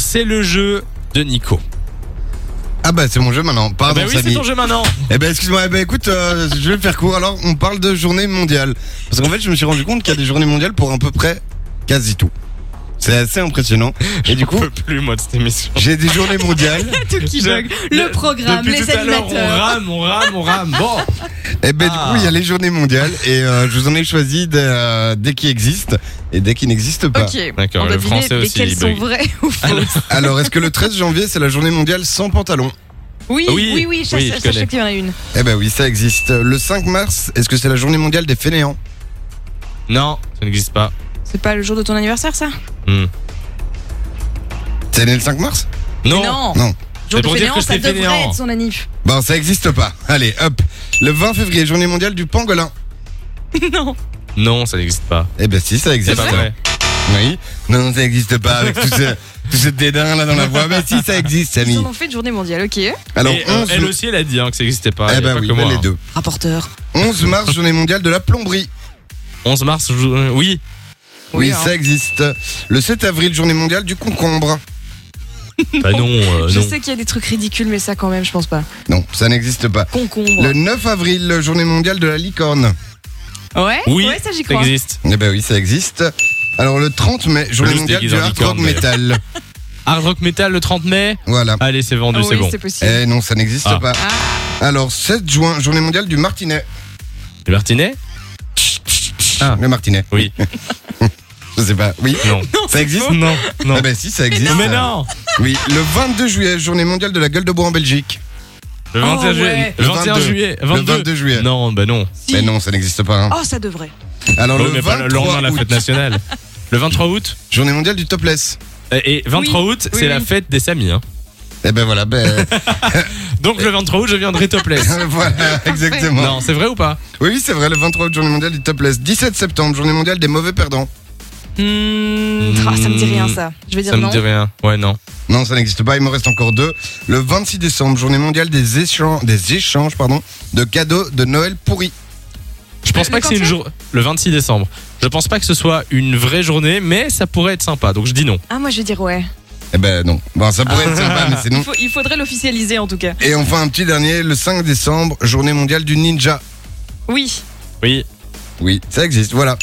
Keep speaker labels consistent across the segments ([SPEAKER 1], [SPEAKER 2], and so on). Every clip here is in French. [SPEAKER 1] c'est le jeu de Nico.
[SPEAKER 2] Ah bah c'est mon jeu maintenant.
[SPEAKER 1] Ah
[SPEAKER 2] Pardon
[SPEAKER 1] bah oui, c'est
[SPEAKER 2] Samy.
[SPEAKER 1] ton jeu maintenant.
[SPEAKER 2] Eh ben excuse-moi, eh ben écoute, euh, je vais le faire court. Alors on parle de journée mondiale. Parce qu'en fait je me suis rendu compte qu'il y a des journées mondiales pour à peu près quasi tout. C'est assez impressionnant. Et du
[SPEAKER 1] Je
[SPEAKER 2] coup,
[SPEAKER 1] peux plus moi de cette émission.
[SPEAKER 2] j'ai des journées mondiales.
[SPEAKER 3] Tout qui
[SPEAKER 1] Je-
[SPEAKER 3] bug. Le
[SPEAKER 1] de-
[SPEAKER 3] programme,
[SPEAKER 1] Depuis
[SPEAKER 3] les
[SPEAKER 1] tout à l'heure, on
[SPEAKER 3] animateurs.
[SPEAKER 1] rame, on rame, on rame. Bon,
[SPEAKER 2] Et ben
[SPEAKER 1] Ah.
[SPEAKER 2] du coup, il y a les journées mondiales. Et euh, je vous en ai choisi des, euh, des qui existent et des qui n'existent pas.
[SPEAKER 3] Ok.
[SPEAKER 1] D'accord,
[SPEAKER 3] Ah,
[SPEAKER 1] le
[SPEAKER 3] On doit deviner
[SPEAKER 1] français aussi,
[SPEAKER 3] lesquels
[SPEAKER 1] il
[SPEAKER 3] sont
[SPEAKER 1] bug.
[SPEAKER 3] vrais ou faux.
[SPEAKER 2] Alors est-ce que le 13 janvier c'est la journée mondiale sans pantalon
[SPEAKER 3] Oui,
[SPEAKER 1] Oui,
[SPEAKER 3] oui, oui, oui,
[SPEAKER 1] oui, je
[SPEAKER 3] je
[SPEAKER 1] connais.
[SPEAKER 3] sais qu'il y en a une.
[SPEAKER 2] Eh ben oui, ça existe. Le 5 mars, est-ce que c'est la journée mondiale des fainéants
[SPEAKER 1] non, ça n'existe pas.
[SPEAKER 3] C'est pas le jour de ton anniversaire, ça
[SPEAKER 1] Hmm.
[SPEAKER 2] C'est né le 5 mars
[SPEAKER 1] Non.
[SPEAKER 2] Non.
[SPEAKER 1] C'est
[SPEAKER 3] Jour
[SPEAKER 1] pour
[SPEAKER 3] de
[SPEAKER 1] dire
[SPEAKER 3] fainéant,
[SPEAKER 1] que
[SPEAKER 3] ça
[SPEAKER 1] c'est
[SPEAKER 3] devrait
[SPEAKER 1] fainéant.
[SPEAKER 3] être son anniv.
[SPEAKER 2] Bon, ça existe pas. Allez, hop. Le 20 février, journée mondiale du pangolin.
[SPEAKER 3] non.
[SPEAKER 1] Non, ça n'existe pas.
[SPEAKER 2] Eh ben si, ça
[SPEAKER 1] C'est
[SPEAKER 2] existe.
[SPEAKER 1] pas vrai.
[SPEAKER 2] Oui. Non, non, ça existe pas avec tout ce, tout ce dédain là dans la voix. Mais si, ça existe,
[SPEAKER 3] Ils
[SPEAKER 2] Samy.
[SPEAKER 3] en ont fait une journée mondiale, ok.
[SPEAKER 2] Alors,
[SPEAKER 1] Et, euh,
[SPEAKER 2] 11,
[SPEAKER 1] elle aussi, elle a dit hein, que ça n'existait pas. Il
[SPEAKER 2] eh
[SPEAKER 1] y a
[SPEAKER 2] ben
[SPEAKER 1] pas
[SPEAKER 2] oui,
[SPEAKER 1] que moi,
[SPEAKER 2] mais les
[SPEAKER 1] hein.
[SPEAKER 2] deux.
[SPEAKER 3] Rapporteur.
[SPEAKER 2] 11 mars, journée mondiale de la plomberie.
[SPEAKER 1] 11 mars, je- euh, oui.
[SPEAKER 2] Oui,
[SPEAKER 3] Oui, hein.
[SPEAKER 2] ça existe. Le 7 avril, journée mondiale du concombre.
[SPEAKER 1] Bah non, euh,
[SPEAKER 3] Je
[SPEAKER 1] non.
[SPEAKER 3] sais qu'il y a des trucs ridicules, mais ça quand même, je pense pas.
[SPEAKER 2] Non, ça n'existe pas.
[SPEAKER 3] Concombre.
[SPEAKER 2] Le 9 avril, journée mondiale de la licorne.
[SPEAKER 3] Ouais,
[SPEAKER 1] Oui,
[SPEAKER 3] ouais, ça j'y
[SPEAKER 1] ça
[SPEAKER 3] crois.
[SPEAKER 1] existe.
[SPEAKER 2] Eh ben oui, ça existe. Alors le 30 mai, journée
[SPEAKER 1] Plus
[SPEAKER 2] mondiale
[SPEAKER 1] déguisé
[SPEAKER 2] du
[SPEAKER 1] en
[SPEAKER 2] hard rock
[SPEAKER 1] licorne,
[SPEAKER 2] metal.
[SPEAKER 1] Hard Rock Metal le 30 mai.
[SPEAKER 2] Voilà.
[SPEAKER 1] Allez, c'est
[SPEAKER 3] Ah
[SPEAKER 1] vendu,
[SPEAKER 3] oui,
[SPEAKER 1] c'est bon.
[SPEAKER 3] c'est possible.
[SPEAKER 2] Eh non, ça n'existe
[SPEAKER 1] Ah.
[SPEAKER 2] pas.
[SPEAKER 3] Ah,
[SPEAKER 2] Alors 7 juin, journée mondiale du martinet.
[SPEAKER 1] Le Martinet Ah.
[SPEAKER 2] Le martinet.
[SPEAKER 1] Oui.
[SPEAKER 2] Je sais pas. Oui.
[SPEAKER 1] Non.
[SPEAKER 2] ça existe
[SPEAKER 1] Non, non.
[SPEAKER 2] Ah ben si, ça existe.
[SPEAKER 1] Mais non
[SPEAKER 2] Oui, le 22 juillet, journée mondiale de la gueule de bois en Belgique.
[SPEAKER 1] Le
[SPEAKER 3] Oh,
[SPEAKER 1] 21 juillet.
[SPEAKER 3] ouais.
[SPEAKER 1] Le
[SPEAKER 2] Le
[SPEAKER 1] 21 juillet.
[SPEAKER 2] Le 22 juillet.
[SPEAKER 1] Non, bah non.
[SPEAKER 3] si.
[SPEAKER 2] Mais non, ça n'existe pas. hein.
[SPEAKER 3] Oh, ça devrait.
[SPEAKER 2] Alors
[SPEAKER 1] Oui,
[SPEAKER 2] le
[SPEAKER 1] mais pas le
[SPEAKER 2] 23
[SPEAKER 1] lendemain de la
[SPEAKER 2] août,
[SPEAKER 1] fête nationale. Le 23 août
[SPEAKER 2] journée mondiale du topless.
[SPEAKER 1] euh, et 23 août,
[SPEAKER 3] oui,
[SPEAKER 1] c'est la
[SPEAKER 3] oui.
[SPEAKER 1] fête des Samis. hein.
[SPEAKER 2] Eh ben voilà, ben
[SPEAKER 1] Donc le 23 août, je viendrai topless.
[SPEAKER 2] voilà, exactement.
[SPEAKER 1] non, c'est vrai ou pas
[SPEAKER 2] Oui, oui, c'est vrai, le 23 août, journée mondiale du topless. 17 septembre, journée mondiale des mauvais perdants.
[SPEAKER 3] Hmm, ah, ça me dit rien, ça. Je vais dire
[SPEAKER 1] Ça
[SPEAKER 3] non.
[SPEAKER 1] me dit rien. Ouais, non.
[SPEAKER 2] Non, ça n'existe pas, il me reste encore deux. Le 26 décembre, journée mondiale des échanges, des échanges pardon, de cadeaux de Noël pourris.
[SPEAKER 1] Je pense
[SPEAKER 3] Le
[SPEAKER 1] pas que c'est une
[SPEAKER 3] cancer
[SPEAKER 1] jour. Le 26 décembre. Je pense pas que ce soit une vraie journée, mais ça pourrait être sympa. Donc je dis non.
[SPEAKER 3] Ah, moi je vais dire ouais.
[SPEAKER 2] Eh ben non. Bon, ça pourrait être sympa, mais c'est non.
[SPEAKER 3] Il, faut- il faudrait l'officialiser en tout cas.
[SPEAKER 2] Et enfin, un petit dernier, le 5 décembre, journée mondiale du ninja.
[SPEAKER 3] Oui.
[SPEAKER 1] Oui.
[SPEAKER 2] Oui, ça existe, voilà.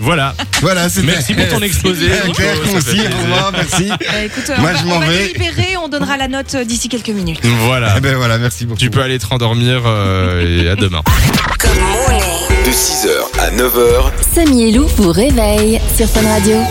[SPEAKER 1] voilà.
[SPEAKER 2] Voilà, c'était.
[SPEAKER 1] Merci pour ton exposé.
[SPEAKER 2] Clair,
[SPEAKER 1] Nico,
[SPEAKER 2] clair,
[SPEAKER 1] ça fait
[SPEAKER 2] concis,
[SPEAKER 1] plaisir.
[SPEAKER 2] au revoir, merci.
[SPEAKER 3] Bah, écoute, euh,
[SPEAKER 2] Moi,
[SPEAKER 3] on va,
[SPEAKER 2] je m'en
[SPEAKER 3] on va
[SPEAKER 2] vais.
[SPEAKER 3] délibérer, on donnera la note euh, d'ici quelques minutes.
[SPEAKER 1] Voilà.
[SPEAKER 2] Eh ben voilà, merci beaucoup.
[SPEAKER 1] Tu peux aller te rendormir euh, et à demain.
[SPEAKER 4] De 6h à 9h,
[SPEAKER 5] Samy et Lou vous réveille sur Fun Radio.